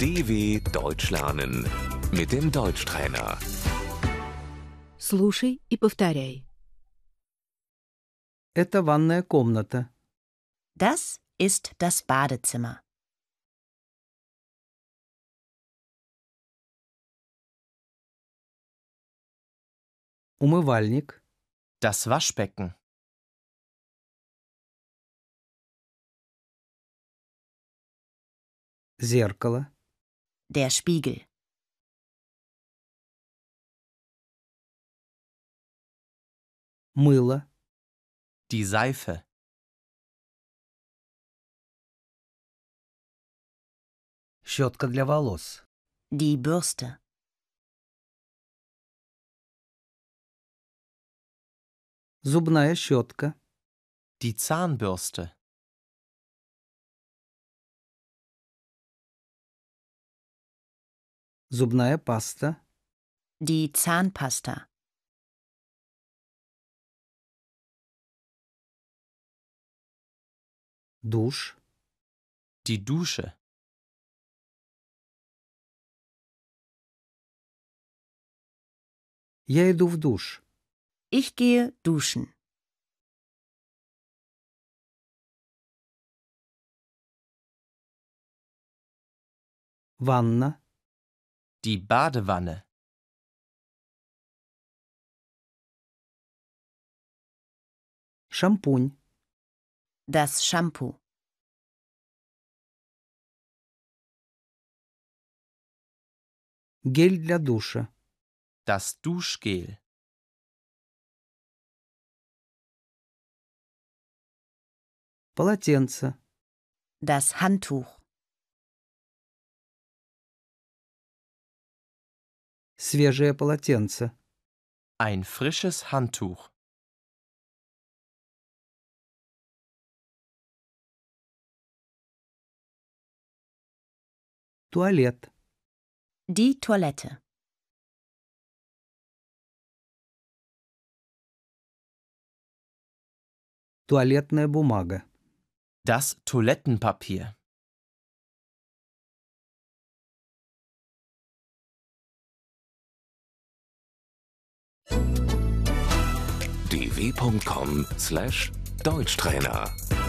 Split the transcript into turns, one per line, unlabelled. DW Deutsch lernen mit dem Deutschtrainer.
Слушай и повторяй.
Это ванная комната.
Das ist das Badezimmer.
Умывальник.
Das Waschbecken.
Зеркало.
Der Spiegel.
Мыло.
Die Seife.
Щетка для волос.
Die Bürste.
Зубная щетка.
Die Zahnbürste.
Зубная паста.
Die Zahnpasta.
Душ.
Die Dusche.
Я иду в душ.
Ich gehe duschen.
Ванна.
Die Badewanne.
Шампунь.
Das Shampoo.
Гель для душа.
Das Duschgel.
Полотенце.
Das Handtuch.
Свежее полотенце.
Ein frisches Handtuch.
Туалет.
Die Toilette.
Туалетная бумага.
Das Toilettenpapier.
dw.com/deutschtrainer